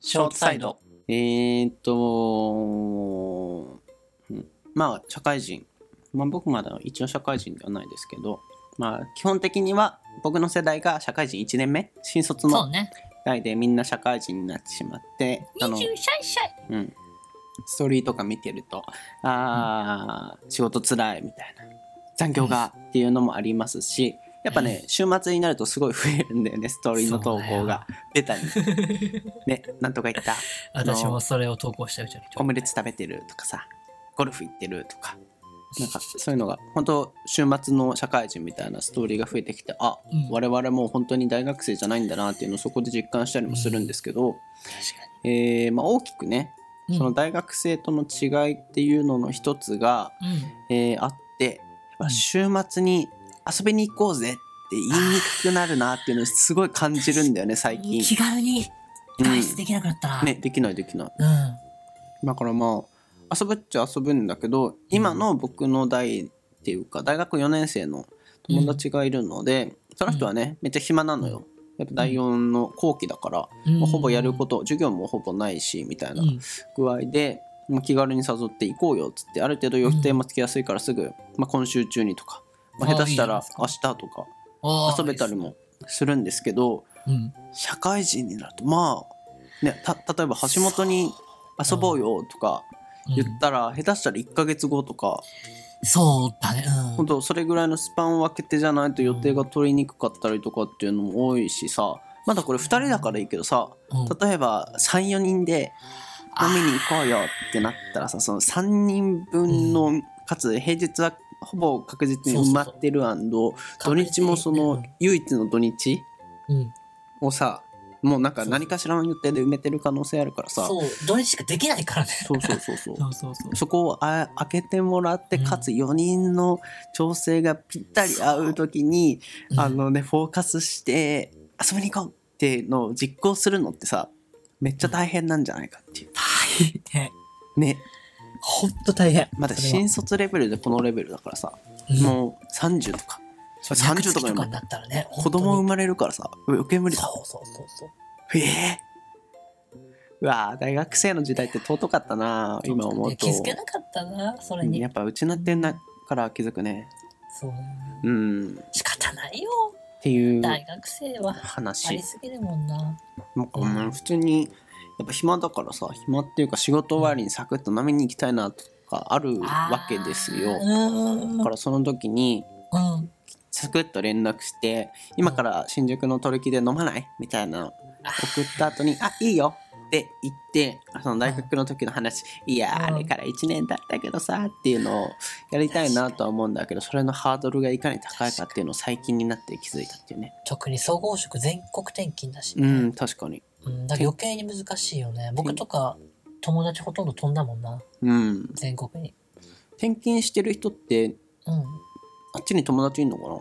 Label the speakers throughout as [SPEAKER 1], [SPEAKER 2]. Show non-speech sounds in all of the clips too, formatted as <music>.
[SPEAKER 1] ショートサイド。
[SPEAKER 2] えー、っと、うんまあ、社会人。まあ、僕まだ一応社会人ではないですけど、まあ、基本的には僕の世代が社会人1年目、新卒
[SPEAKER 1] そう
[SPEAKER 2] の
[SPEAKER 1] ね。
[SPEAKER 2] 代でみんな社会人になってしまって、あの
[SPEAKER 1] シャ、イシャ
[SPEAKER 2] う
[SPEAKER 1] イ。
[SPEAKER 2] ん、ストーリーとか見てると、あー、仕事つらいみたいな、残業がっていうのもありますし、やっぱね、週末になるとすごい増えるんだよね、ストーリーの投稿が。ベタに。
[SPEAKER 1] <laughs>
[SPEAKER 2] ね、なんとか言った。
[SPEAKER 1] 私もそれを投稿したうちに。
[SPEAKER 2] オムレツ食べてるとかさゴルフ行ってるとかなんかそういうのが本当週末の社会人みたいなストーリーが増えてきてあ、
[SPEAKER 1] うん
[SPEAKER 2] 我々もう本当に大学生じゃないんだなっていうのをそこで実感したりもするんですけど、
[SPEAKER 1] 確
[SPEAKER 2] えーまあ、大きくね
[SPEAKER 1] かに。
[SPEAKER 2] その大学生との違いっていうのの一つが、
[SPEAKER 1] うん。うん
[SPEAKER 2] えーあって
[SPEAKER 1] うん
[SPEAKER 2] 週末に遊びに行こうぜって言いにくくなるなっていうのをすごい感じるんだよね最近。
[SPEAKER 1] 気軽に外出できなくなったな。
[SPEAKER 2] ね、できないできない。
[SPEAKER 1] うん。
[SPEAKER 2] だからまあ遊ぶっちゃ遊ぶんだけど今の僕の代っていうか大学4年生の友達がいるので、その人はねめっちゃ暇なのよやっぱ第4の後期だから、
[SPEAKER 1] うん
[SPEAKER 2] まあほぼやること授業もほぼないしみたいな
[SPEAKER 1] うん
[SPEAKER 2] 具合で、まあ気軽に誘って行こうよっつってある程度予定もつきやすいからすぐ、まあ、今週中にとか、まあ
[SPEAKER 1] あー
[SPEAKER 2] 下手した
[SPEAKER 1] いい
[SPEAKER 2] ら
[SPEAKER 1] じゃな
[SPEAKER 2] 明
[SPEAKER 1] いで
[SPEAKER 2] 日
[SPEAKER 1] す
[SPEAKER 2] とか
[SPEAKER 1] あー
[SPEAKER 2] 遊べたりもするんですけど
[SPEAKER 1] うん。
[SPEAKER 2] 社会人になるとまあ、ね、た例えば橋本に遊ぼうよとか
[SPEAKER 1] うん
[SPEAKER 2] 言ったら、下手したら1ヶ月後とか、
[SPEAKER 1] そうだね。う
[SPEAKER 2] 本
[SPEAKER 1] ん。
[SPEAKER 2] 当それぐらいのスパンを分けてじゃないと予定が取りにくかったりとかっていうのも多いしさまだこれ2人だからいいけどさ
[SPEAKER 1] うん
[SPEAKER 2] 例えば34人で飲みに行こうよってなったらさその3人分の、かつ平日はほぼ確実に埋まってる土日もその唯一の土日
[SPEAKER 1] うん。
[SPEAKER 2] をさもうなんか何かしらの予定で埋めてる可能性あるからさ
[SPEAKER 1] そう、どれしかできないからね。
[SPEAKER 2] そうそうそうそう
[SPEAKER 1] そうそうそう。
[SPEAKER 2] そこをあ開けてもらって
[SPEAKER 1] うん
[SPEAKER 2] かつ4人の調整がぴったり合う時に、
[SPEAKER 1] うん
[SPEAKER 2] あのねフォーカスして遊びに行こうっていうのを実行するのってさめっちゃ大変なんじゃないかっていう
[SPEAKER 1] 大変。
[SPEAKER 2] ね
[SPEAKER 1] ほんと大変。
[SPEAKER 2] まだ
[SPEAKER 1] それは
[SPEAKER 2] 新卒レベルでこのレベルだからさ、
[SPEAKER 1] うん
[SPEAKER 2] もう30とか30とか
[SPEAKER 1] と
[SPEAKER 2] に
[SPEAKER 1] か
[SPEAKER 2] も
[SPEAKER 1] になったらね、
[SPEAKER 2] 子供
[SPEAKER 1] を
[SPEAKER 2] 生まれるからさ受け無理だ
[SPEAKER 1] そうそうそうそう。
[SPEAKER 2] ええうわあ大学生の時代って尊かったな今思うと
[SPEAKER 1] 気づけなかったな、それに。
[SPEAKER 2] やっぱうちなってんなから気づくね
[SPEAKER 1] そうだね
[SPEAKER 2] うん
[SPEAKER 1] 仕方ないよ、
[SPEAKER 2] っていう
[SPEAKER 1] 大学生は。あ
[SPEAKER 2] 話
[SPEAKER 1] りすぎるもんな。
[SPEAKER 2] なんかもう普通にやっぱ暇だからさ暇っていうか仕事終わりにサクッと飲みに行きたいなとかあるわけですよ
[SPEAKER 1] あーうん。
[SPEAKER 2] だからその時に
[SPEAKER 1] うん。
[SPEAKER 2] サクッと連絡して「今から新宿の取り木で飲まない?」みたいなの送った後に「あいいよ」って言ってその大学の時の話「いやー
[SPEAKER 1] うん
[SPEAKER 2] あれから1年だったけどさ」っていうのをやりたいなとは思うんだけどそれのハードルがいかに高いかっていうのを最近になって気づいたっていうね
[SPEAKER 1] 特に総合職全国転勤だし、
[SPEAKER 2] う
[SPEAKER 1] ね
[SPEAKER 2] ん確かに
[SPEAKER 1] うんだから余計に難しいよね。僕とか友達ほとんど飛んだもんな、
[SPEAKER 2] うん
[SPEAKER 1] 全国に。
[SPEAKER 2] 転勤してる人って
[SPEAKER 1] うん。
[SPEAKER 2] あっちに友達いんのかな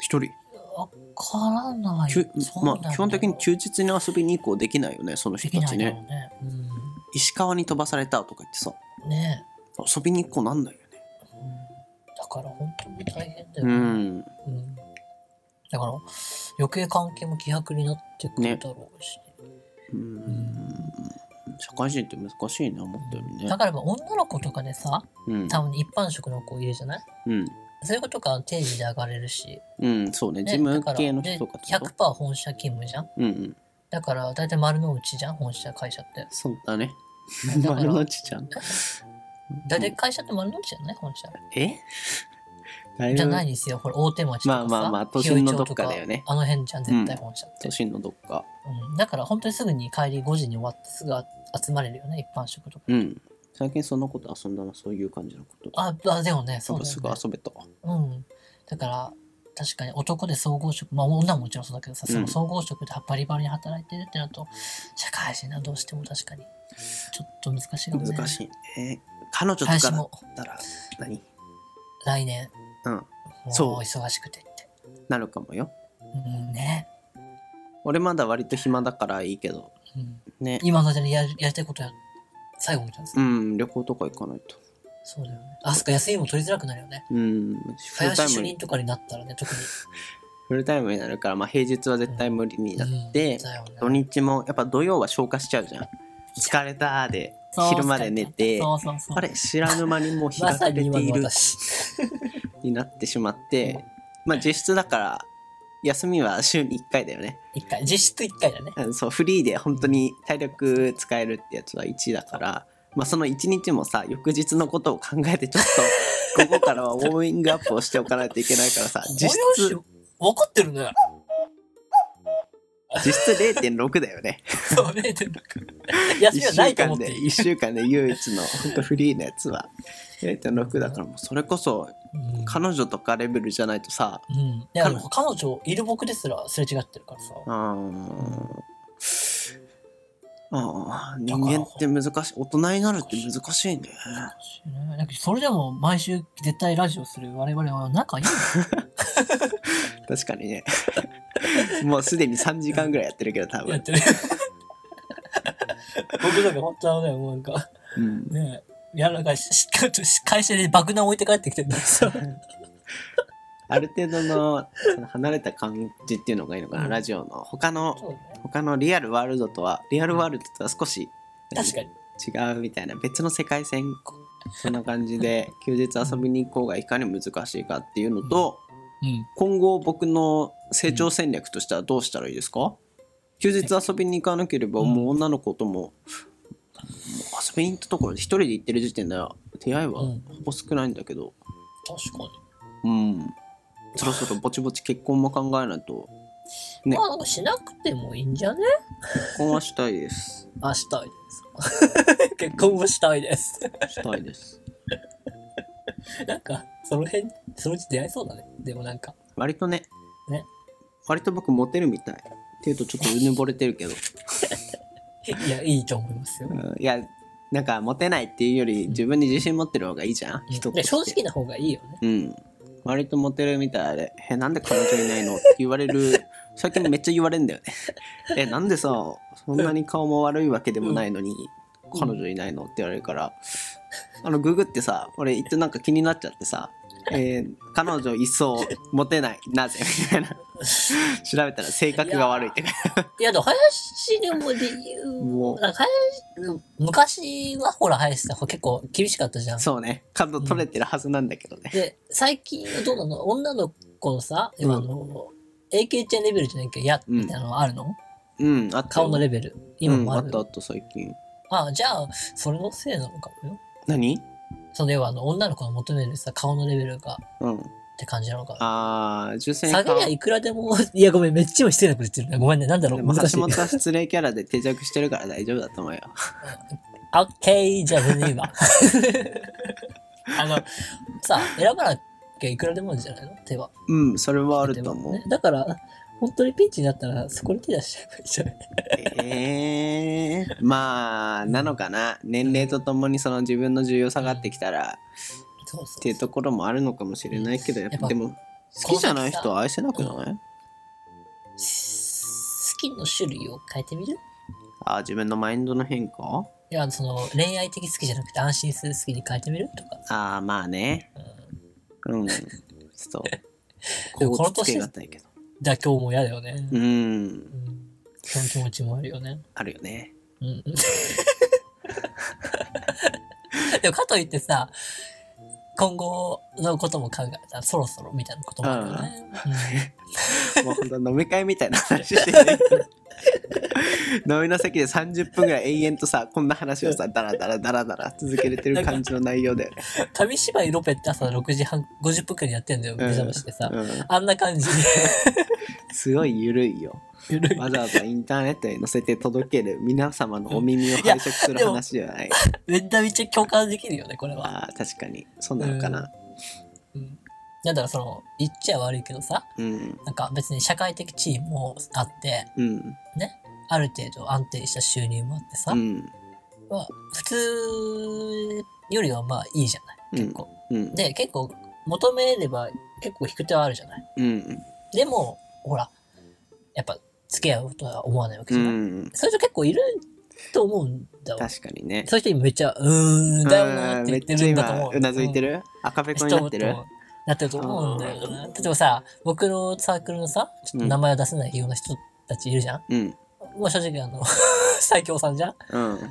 [SPEAKER 2] 一人
[SPEAKER 1] わからない。
[SPEAKER 2] きゅ
[SPEAKER 1] そうな
[SPEAKER 2] ま
[SPEAKER 1] んだ
[SPEAKER 2] あ、
[SPEAKER 1] よ
[SPEAKER 2] 基本的に休日に遊びに行こうできないよねその
[SPEAKER 1] で
[SPEAKER 2] 人
[SPEAKER 1] き
[SPEAKER 2] た
[SPEAKER 1] な
[SPEAKER 2] ち
[SPEAKER 1] いだろう
[SPEAKER 2] ね
[SPEAKER 1] ね。
[SPEAKER 2] 石川に飛ばされたとか言ってさ
[SPEAKER 1] うん、ね
[SPEAKER 2] 遊びに行こうなんないよね
[SPEAKER 1] え、うんだから本当に大変だ
[SPEAKER 2] う
[SPEAKER 1] よね。
[SPEAKER 2] ん
[SPEAKER 1] うんだから余計関係も希薄になってくるだろうし、
[SPEAKER 2] うん社会人って難しいね思ったよりね
[SPEAKER 1] だからまあ女の子とかでさ
[SPEAKER 2] うん
[SPEAKER 1] 多分一般職の子いるじゃない
[SPEAKER 2] うん、
[SPEAKER 1] そういうことから定時で上がれるし、
[SPEAKER 2] うん、そうね事
[SPEAKER 1] ね
[SPEAKER 2] 務
[SPEAKER 1] だから
[SPEAKER 2] 系の人とか
[SPEAKER 1] で
[SPEAKER 2] ってこと
[SPEAKER 1] 100%本社勤務じゃん
[SPEAKER 2] うんうん
[SPEAKER 1] だから大
[SPEAKER 2] <laughs>
[SPEAKER 1] 体丸の内じゃん本社会社って
[SPEAKER 2] そうだね
[SPEAKER 1] だから
[SPEAKER 2] 丸の内ちゃん
[SPEAKER 1] 大体会社って丸の内じゃない本社
[SPEAKER 2] えだいぶ
[SPEAKER 1] じゃないですよほら大手町とか
[SPEAKER 2] ま
[SPEAKER 1] さ
[SPEAKER 2] あまあまあ都
[SPEAKER 1] 紀尾
[SPEAKER 2] 心
[SPEAKER 1] 井
[SPEAKER 2] の
[SPEAKER 1] 町
[SPEAKER 2] ど
[SPEAKER 1] と
[SPEAKER 2] っかだよね
[SPEAKER 1] あの辺じゃん絶対本社って
[SPEAKER 2] 都、心のどっか
[SPEAKER 1] うんだから本当にすぐに帰り5時に終わってすぐ集まれるよね一般職とか
[SPEAKER 2] うん最近そんなこと遊んだなそういう感じのこと
[SPEAKER 1] ああでもね
[SPEAKER 2] 多
[SPEAKER 1] そう
[SPEAKER 2] 分
[SPEAKER 1] だよ
[SPEAKER 2] すぐ遊
[SPEAKER 1] ね
[SPEAKER 2] べたわ
[SPEAKER 1] うん。だから、確かに男で総合職、まあ女ももちろんそうだけどさ、
[SPEAKER 2] うん
[SPEAKER 1] その総合職でバリバリに働いてるってなると、社会人はどうしても確かに、ちょっと難しいかもね。
[SPEAKER 2] 難
[SPEAKER 1] い。
[SPEAKER 2] しいね。彼女とかだ
[SPEAKER 1] 私
[SPEAKER 2] っ
[SPEAKER 1] も
[SPEAKER 2] たら何、
[SPEAKER 1] 来年、
[SPEAKER 2] うん、そう
[SPEAKER 1] もう忙しくてって。
[SPEAKER 2] なるかもよ。
[SPEAKER 1] うんね。
[SPEAKER 2] 俺まだ割と暇だからいいけど。
[SPEAKER 1] うん、
[SPEAKER 2] ね。
[SPEAKER 1] 今の間にやるやりたいことや、最後みたいなさ、
[SPEAKER 2] うん、旅行とか行かないと。
[SPEAKER 1] そうだよね。あそっか、休みも取りづらくなるよね。
[SPEAKER 2] うん、フルタイ
[SPEAKER 1] 林
[SPEAKER 2] ム
[SPEAKER 1] 主
[SPEAKER 2] に
[SPEAKER 1] 任とかになったらね、特に。
[SPEAKER 2] フルタイムになるから、まあ、平日は絶対無理になって、
[SPEAKER 1] だよね
[SPEAKER 2] 土日もやっぱ土曜は消化しちゃうじゃん疲れたーで
[SPEAKER 1] そう
[SPEAKER 2] 昼まで寝て
[SPEAKER 1] そうそうそう
[SPEAKER 2] あれ知らぬ間にもう日
[SPEAKER 1] <laughs> ま
[SPEAKER 2] が
[SPEAKER 1] さ
[SPEAKER 2] 暮
[SPEAKER 1] に
[SPEAKER 2] れ
[SPEAKER 1] 今
[SPEAKER 2] てい
[SPEAKER 1] の
[SPEAKER 2] る
[SPEAKER 1] 私
[SPEAKER 2] になってしまって、まあ、実質だから休みは週に1回だよね
[SPEAKER 1] 一回実質一回だね
[SPEAKER 2] うんそうフリーで本当に体力使えるってやつは1だから、まあ、その1日もさ翌日のことを考えてちょっ
[SPEAKER 1] <laughs>
[SPEAKER 2] と午後からはウォーミングアップをしておかないといけないからさ実
[SPEAKER 1] ご
[SPEAKER 2] 質
[SPEAKER 1] 両親分かってる <laughs> ね
[SPEAKER 2] 実質0.6だよね
[SPEAKER 1] そう0.6休みはないと思っていい
[SPEAKER 2] 1週間で1週間で唯一の本当フリーのやつは0.6だからもうそれこそ
[SPEAKER 1] うん
[SPEAKER 2] 彼女とかレベルじゃないとさ
[SPEAKER 1] うん、いやでも彼女いる僕ですらすれ違ってるからさ、
[SPEAKER 2] うーんあー人間って難しい大人になるって難しいね
[SPEAKER 1] なんかそれでも毎週絶対ラジオする我々は仲いいの
[SPEAKER 2] 確かにねもうすでに3時間ぐらいやってるけど多
[SPEAKER 1] やっ
[SPEAKER 2] 分、
[SPEAKER 1] <laughs> てる僕なんか本当はねもうなんか
[SPEAKER 2] うん、
[SPEAKER 1] ねいやなんかしし会社で爆弾置いて帰ってきてるんだけどさ
[SPEAKER 2] ある程度のその離れた感じっていうのがいいのかな、
[SPEAKER 1] うん
[SPEAKER 2] ラジオの他の
[SPEAKER 1] そうね
[SPEAKER 2] 他のリアルワールドとはリアルワールドとは少し
[SPEAKER 1] 確かに
[SPEAKER 2] 違うみたいな別の世界線そんな感じで休日遊びに行こうがいかに難しいかっていうのと、
[SPEAKER 1] うん
[SPEAKER 2] 今後僕の成長戦略としてはどうしたらいいですか、休日遊びに行かなければ
[SPEAKER 1] うん
[SPEAKER 2] もう女の子とも,、もう遊びに行ったところで一人で行ってる時点では出会いは
[SPEAKER 1] う
[SPEAKER 2] ほ
[SPEAKER 1] ん
[SPEAKER 2] ぼ少ないんだけど
[SPEAKER 1] 確かに
[SPEAKER 2] うん、そろそろぼちぼち結婚も考えないとね
[SPEAKER 1] まあなんかしなくてもいいんじゃね
[SPEAKER 2] 結婚はしたいです
[SPEAKER 1] あしたいです <laughs> 結婚もしたいです
[SPEAKER 2] したいです
[SPEAKER 1] なんかその辺そのうち出会いそうだねでもなんか
[SPEAKER 2] 割とね
[SPEAKER 1] ね
[SPEAKER 2] 割と僕モテるみたいっていうとちょっとうぬぼれてるけど
[SPEAKER 1] いやいいと思いますよ
[SPEAKER 2] うんいやなんかモテないっていうより自分に自信持ってる方がいいじゃん、人
[SPEAKER 1] い
[SPEAKER 2] と
[SPEAKER 1] や
[SPEAKER 2] して
[SPEAKER 1] 正直な方がいいよね
[SPEAKER 2] うん割とモテるみたいで「えなんで彼女いないの?」って言われ <laughs> る最近めっちゃ言われんだよねえなんでさそんなに顔も悪いわけでもないのに
[SPEAKER 1] うん
[SPEAKER 2] 彼女いないのって言われるからあのググってさ俺一応なんか気になっちゃってさ「えー彼女いそうモテないなぜ?」みたいな調べたら性格が悪いって
[SPEAKER 1] いやでも林でも理由
[SPEAKER 2] もう
[SPEAKER 1] なんか林昔はほら林さん結構厳しかったじゃん
[SPEAKER 2] そうね感度取れてるはずなんだけどね、
[SPEAKER 1] で最近はどうなの女の子のさ、
[SPEAKER 2] うん
[SPEAKER 1] あの AK ちゃんレベルじゃないけどやみたいなのあるの、
[SPEAKER 2] うん、あったよ
[SPEAKER 1] 顔のレベル今
[SPEAKER 2] うん
[SPEAKER 1] も
[SPEAKER 2] あ
[SPEAKER 1] ある、
[SPEAKER 2] ったあった最近
[SPEAKER 1] あじゃあそれのせいなのかもよ
[SPEAKER 2] 何
[SPEAKER 1] その要はあの女の子が求めるさ顔のレベルがっ
[SPEAKER 2] うん
[SPEAKER 1] て感じなのかな
[SPEAKER 2] ああ純正
[SPEAKER 1] 下げりゃいくらでも、 <laughs> いやごめん、めっちゃ今失礼なこと言ってるね。ごめんね、なんだろ
[SPEAKER 2] で
[SPEAKER 1] う、
[SPEAKER 2] も
[SPEAKER 1] 難しい
[SPEAKER 2] 橋。本は失礼キャラで定着してるから大丈夫だと思う
[SPEAKER 1] <laughs>
[SPEAKER 2] よ
[SPEAKER 1] オッケー、じゃあ全然今。 <laughs> あの、さあ、選ばなきゃいくらでもあるんじゃないの手は。
[SPEAKER 2] うんそれはあると思う
[SPEAKER 1] 手はねだから、本当にピンチになったら、そこに手出しちゃえばいい
[SPEAKER 2] <laughs>
[SPEAKER 1] じゃない
[SPEAKER 2] ええー、まあなのかな年齢とともにその自分の重要さがあってきたら
[SPEAKER 1] そうそ
[SPEAKER 2] っていうところもあるのかもしれないけどやっ
[SPEAKER 1] やっぱ
[SPEAKER 2] ぱでも好きじゃない人は愛せなくない
[SPEAKER 1] スキンの種類を変えてみる
[SPEAKER 2] あー自分のマインドの変化
[SPEAKER 1] いや、その、恋愛的好きじゃなくて安心する好きに変えてみるとか。
[SPEAKER 2] ああまあねうんちょっと
[SPEAKER 1] <laughs> でもこの
[SPEAKER 2] こうつけがたいけど
[SPEAKER 1] 妥協も嫌だよね。
[SPEAKER 2] う
[SPEAKER 1] うんん。その気持ちもあるよね。
[SPEAKER 2] あるよね
[SPEAKER 1] うん <laughs> でもかといってさ今後のことも考えたらそろそろみたいなこともあるよね。
[SPEAKER 2] もうほんと飲み会みたいな話してる
[SPEAKER 1] <laughs>
[SPEAKER 2] ね飲みの席で30分ぐらい延々とさこんな話をさダラダラダラダラ続けれてる感じの内容だよね。
[SPEAKER 1] うん紙芝居ロペって朝6時半50分くらいにやってんだよ目覚ましてさ、
[SPEAKER 2] うん
[SPEAKER 1] あんな感じ
[SPEAKER 2] すごいゆるいよ。<laughs>
[SPEAKER 1] ゆるい
[SPEAKER 2] わざわざインターネットに載せて届ける皆様のお耳を
[SPEAKER 1] いや
[SPEAKER 2] 拝借する
[SPEAKER 1] でも
[SPEAKER 2] 話じゃない。
[SPEAKER 1] めっちゃめちゃ共感できるよねこれは。
[SPEAKER 2] ああ確かにそうなのかな。
[SPEAKER 1] うんなんだろうその言っちゃ悪いけどさ
[SPEAKER 2] うん
[SPEAKER 1] なんか別に社会的地位もあって
[SPEAKER 2] うん
[SPEAKER 1] ある程度安定した収入もあってさ、
[SPEAKER 2] うん
[SPEAKER 1] まあ普通よりはまあいいじゃない結構。
[SPEAKER 2] うん
[SPEAKER 1] で結構求めれば結構引く手はあるじゃない
[SPEAKER 2] うん
[SPEAKER 1] でもほらやっぱ付き合うとは思わないわけ
[SPEAKER 2] う
[SPEAKER 1] じゃない、
[SPEAKER 2] ん
[SPEAKER 1] そういう人結構いると思うんだわ
[SPEAKER 2] 確かにね。
[SPEAKER 1] そういう人今めっちゃ「うーんだよな」っ
[SPEAKER 2] うん
[SPEAKER 1] て
[SPEAKER 2] め
[SPEAKER 1] 言
[SPEAKER 2] っ
[SPEAKER 1] って
[SPEAKER 2] ちゃ
[SPEAKER 1] るんだと
[SPEAKER 2] 今
[SPEAKER 1] 思う
[SPEAKER 2] うなずいてる赤べこになってる
[SPEAKER 1] 人もなってると思うんだよな。例えばさ、僕のサークルのさ、ちょっと名前を出せないような人たちいるじゃん、
[SPEAKER 2] うん。
[SPEAKER 1] まあ正直あの、 <laughs> 最強さんじゃん
[SPEAKER 2] うん。
[SPEAKER 1] だか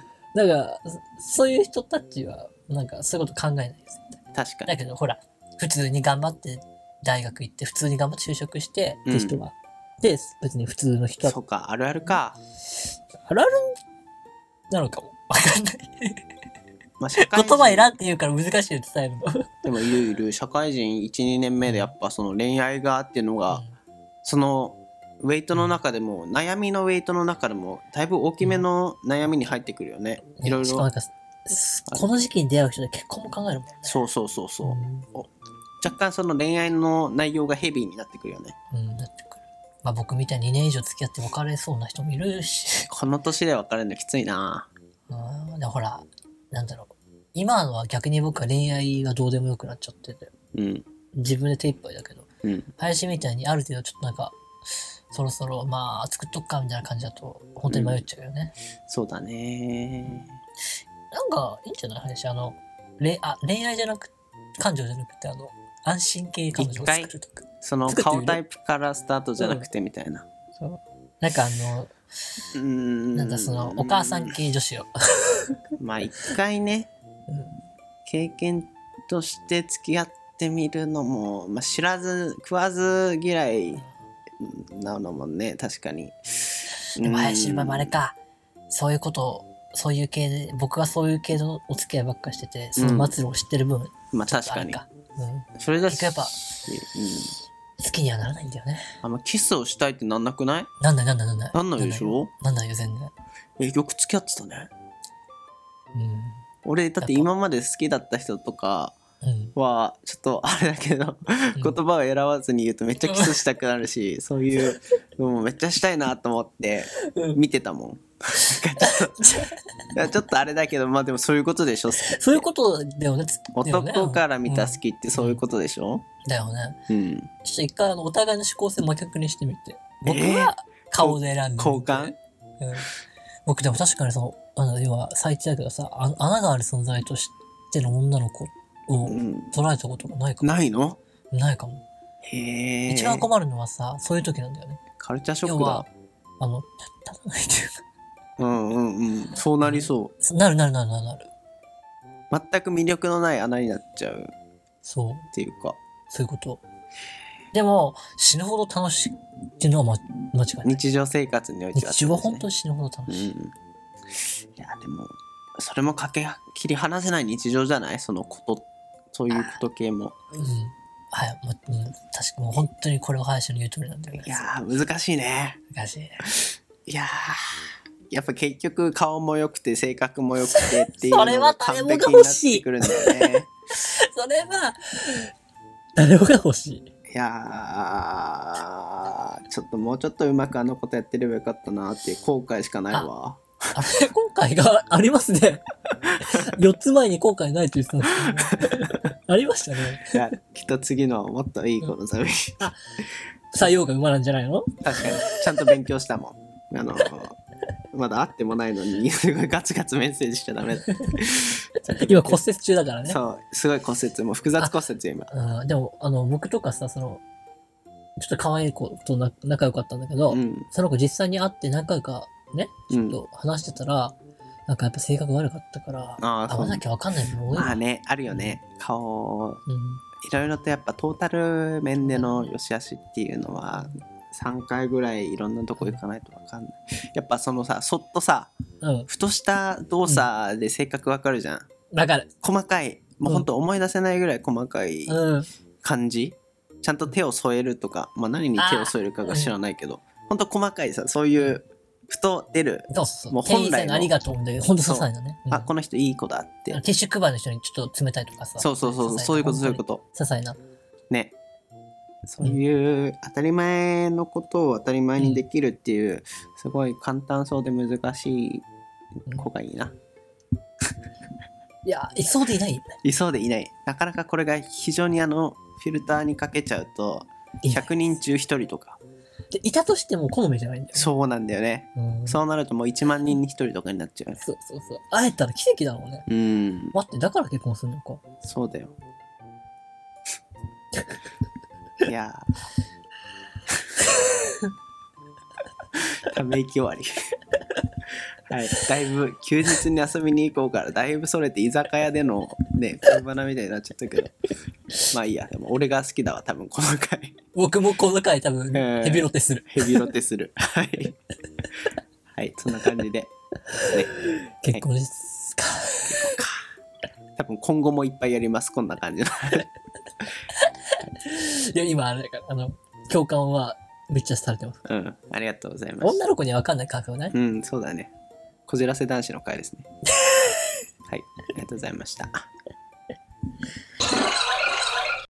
[SPEAKER 1] ら、そそういう人たちは、なんかそういうこと考えないです。
[SPEAKER 2] 確かに。
[SPEAKER 1] だけど、ほら、普通に頑張って大学行って、普通に頑張って就職して、って人は。で、別に普通の人は
[SPEAKER 2] そうか、あるあるか。
[SPEAKER 1] あるあるなのかも。わかんない。
[SPEAKER 2] まあ、社会
[SPEAKER 1] 言
[SPEAKER 2] 人
[SPEAKER 1] 葉選んで言うから難しいよ伝えるの。
[SPEAKER 2] でもいるいる、社会人1、2年目でやっぱその恋愛がっていうのが、そのウェイトの中でも、悩みのウェイトの中でも、だいぶ大きめの悩みに入ってくるよね。
[SPEAKER 1] うん
[SPEAKER 2] いろい
[SPEAKER 1] しかも
[SPEAKER 2] ろ
[SPEAKER 1] な。んか、すこの時期に出会う人で結婚も考えるもんね。
[SPEAKER 2] そうそうそうそう。
[SPEAKER 1] うん
[SPEAKER 2] 若干その恋愛の内容がヘビーになってくるよね。
[SPEAKER 1] うん、だってくる。まあ僕みたいに2年以上付き合って別れそうな人もいるし。 <laughs>
[SPEAKER 2] この年で別れるのきついな
[SPEAKER 1] うん、でほら、なんだろう。今のは逆に僕は恋愛がどうでもよくなっちゃってて。
[SPEAKER 2] うん。
[SPEAKER 1] 自分で手一杯だけど。
[SPEAKER 2] うん。
[SPEAKER 1] 林みたいにある程度ちょっとなんか、そろそろまあ作っとくかみたいな感じだと本当に迷っちゃうよね。
[SPEAKER 2] そうだね
[SPEAKER 1] なんかいいんじゃない林あの、れあ恋愛じゃなく、感情じゃなくてあの、安心系彼女を作るとか。
[SPEAKER 2] その
[SPEAKER 1] 作ってみ
[SPEAKER 2] 顔
[SPEAKER 1] る
[SPEAKER 2] タイプからスタートじゃなくてみたいな。
[SPEAKER 1] そう。なんかあの、
[SPEAKER 2] うーん。
[SPEAKER 1] なんだそのお母さん。系女子を。
[SPEAKER 2] まあ一回ね、経験として付き合ってみるのも、まあ、知らず、食わず嫌いなのもね、確かに。
[SPEAKER 1] でも林
[SPEAKER 2] うん
[SPEAKER 1] 今もあれか、そういうことを、そういう系で、僕はそういう系のお付き合いばっかしてて、その末路を知ってる分、
[SPEAKER 2] まあ確
[SPEAKER 1] あ
[SPEAKER 2] か
[SPEAKER 1] れ
[SPEAKER 2] に。
[SPEAKER 1] か。うん。
[SPEAKER 2] それだ
[SPEAKER 1] 結局や
[SPEAKER 2] うん。
[SPEAKER 1] っ好きにはならないんだよね。
[SPEAKER 2] あんまキスをしたいってなんなくない
[SPEAKER 1] なんないなんないなんない。
[SPEAKER 2] なんないでしょ
[SPEAKER 1] なんないよ、全然。
[SPEAKER 2] え、よく付き合ってたね。
[SPEAKER 1] うん。
[SPEAKER 2] 俺、だって今まで好きだった人とか
[SPEAKER 1] うん、
[SPEAKER 2] は、ちょっとあれだけど、言葉を選ばずに言うとめっちゃキスしたくなるし、そういうのもめっちゃしたいなと思って
[SPEAKER 1] うん
[SPEAKER 2] 見てた
[SPEAKER 1] <laughs>
[SPEAKER 2] もん。なんかちょっといやちょっとあれだけど、まあでもそういうことでしょ、好きって
[SPEAKER 1] そういうことだよね。つだよね
[SPEAKER 2] 男から見た好
[SPEAKER 1] うん
[SPEAKER 2] きってそういうことでしょ
[SPEAKER 1] だよね。
[SPEAKER 2] うん。
[SPEAKER 1] ちょっと一回あのお互いの思考性真逆にしてみて。僕は顔で選んでみて、
[SPEAKER 2] 交換
[SPEAKER 1] うん、僕でも確かにその、あの、要は最低だけどさ、あ穴がある存在としての女の子を
[SPEAKER 2] うん
[SPEAKER 1] 捉えたことがないかも。
[SPEAKER 2] ないの
[SPEAKER 1] ないかも。
[SPEAKER 2] へえ。
[SPEAKER 1] 一番困るのはさ、そういう時なんだよね。
[SPEAKER 2] カルチャーショッ
[SPEAKER 1] 要
[SPEAKER 2] クだ
[SPEAKER 1] は。、あの、た立たないというか
[SPEAKER 2] うんうんうん。そうなりそう。
[SPEAKER 1] そう、なるなるなるなるなる。
[SPEAKER 2] 全く魅力のない穴になっちゃうっ
[SPEAKER 1] そう、
[SPEAKER 2] ていうか
[SPEAKER 1] そういうこと。でも、死ぬほど楽しいっていうのは、ま、間違いない。
[SPEAKER 2] 日常生活において
[SPEAKER 1] 日中は本当
[SPEAKER 2] に
[SPEAKER 1] に死ぬほど
[SPEAKER 2] う
[SPEAKER 1] 楽
[SPEAKER 2] ん
[SPEAKER 1] しい。
[SPEAKER 2] いやでもそれもかけ切り離せない日常じゃないそのことそういうこと系も
[SPEAKER 1] うん。はい、もう、うん、確かもう本当にこれは林の言う通りなんだよね。
[SPEAKER 2] いやー難しいね
[SPEAKER 1] 難しいね。
[SPEAKER 2] いやーやっぱ結局顔も良くて性格も良くてっていう
[SPEAKER 1] それ
[SPEAKER 2] の
[SPEAKER 1] は
[SPEAKER 2] が
[SPEAKER 1] 誰
[SPEAKER 2] 完
[SPEAKER 1] も
[SPEAKER 2] 璧
[SPEAKER 1] が
[SPEAKER 2] にな
[SPEAKER 1] 欲
[SPEAKER 2] っ
[SPEAKER 1] しい
[SPEAKER 2] てくるんだよね
[SPEAKER 1] <laughs> それは、誰もが欲しい。
[SPEAKER 2] いやーちょっともうちょっとうまくあのことやってればよかったなっていう後悔しかないわ
[SPEAKER 1] あれ、今回がありますね。4つ前に後悔ないと言ってたんですけど、ね、ありましたね。
[SPEAKER 2] いやきっと次のはもっといいこの旅
[SPEAKER 1] 採用が馬なんじゃないの
[SPEAKER 2] 確かにちゃんと勉強したもんあのまだ会ってもないのにすごいガツガツメッセージしちゃダメだ
[SPEAKER 1] 今骨折中だからね。
[SPEAKER 2] そうすごい骨折もう複雑骨折よ今
[SPEAKER 1] うん、でも、あの、僕とかさ、その、ちょっと可愛い子とな仲良かったんだけど、
[SPEAKER 2] うん
[SPEAKER 1] その子実際に会って何回かね、
[SPEAKER 2] う
[SPEAKER 1] ちょ
[SPEAKER 2] ん
[SPEAKER 1] っと話してたら、なんかやっぱ性格悪かったから、
[SPEAKER 2] あー
[SPEAKER 1] 会わなきゃわかんないもん多い
[SPEAKER 2] まあねあるよね顔
[SPEAKER 1] うん
[SPEAKER 2] いろいろとやっぱトータル面での良し悪しっていうのは3回ぐらいいろんなとこ行かないと分かんないやっぱそのさそっとさ
[SPEAKER 1] うん。
[SPEAKER 2] ふとした動作で性格わかるじゃん、
[SPEAKER 1] だから、
[SPEAKER 2] 細かいもうほんと思い出せないぐらい細かい
[SPEAKER 1] うん。
[SPEAKER 2] 感じちゃんと手を添えるとか、まあ、何に手を添えるかが知らないけど、ほんと細かいさそういうふと出る、
[SPEAKER 1] そうそうそ
[SPEAKER 2] も
[SPEAKER 1] う。
[SPEAKER 2] う本来の
[SPEAKER 1] 店員さんにありがとうんだけど、ほんと些細なね。うん
[SPEAKER 2] あこの人いい子だって、
[SPEAKER 1] ティッシュ配りの人にちょっと冷たいとかさ。。
[SPEAKER 2] そうそうそうそうそういうことそういうことと
[SPEAKER 1] 些細な。
[SPEAKER 2] ねそういう当たり前のことを当たり前にできるっていう、すごい簡単そうで難しい子がいいな、
[SPEAKER 1] いや、いそうでいないよね。
[SPEAKER 2] いそうでいないなかなかこれが非常にあのフィルターにかけちゃうと
[SPEAKER 1] いない
[SPEAKER 2] 100人中1人とか
[SPEAKER 1] でいたとしても好みじゃないんだよ。
[SPEAKER 2] そうなんだよね
[SPEAKER 1] うん
[SPEAKER 2] そうなるともう1万人に1人とかになっちゃう
[SPEAKER 1] そうそうそう。会えたら奇跡だもんね。
[SPEAKER 2] うん
[SPEAKER 1] <laughs> 待って、だから結婚するのか。
[SPEAKER 2] そうだよいやーため息終わりはいだいぶ休日に遊びに行こうからだいぶそれて居酒屋でのね恋バナみたいになっちゃったけどまあいいやでも俺が好きだわ多分この回
[SPEAKER 1] 僕もこの回多分
[SPEAKER 2] えー
[SPEAKER 1] ヘビロテする。
[SPEAKER 2] ヘビロテするはいはいそんな感じで、ね、
[SPEAKER 1] 結婚ですか。
[SPEAKER 2] 多分今後もいっぱいやりますこんな感じの
[SPEAKER 1] いや、今、あれだからあの、共感はめっちゃされてます。
[SPEAKER 2] うんありがとうございます
[SPEAKER 1] 女の子にはわかんない感覚ない
[SPEAKER 2] <laughs> うん、そうだね。こじらせ男子の会ですね。はい、ありがとうございました。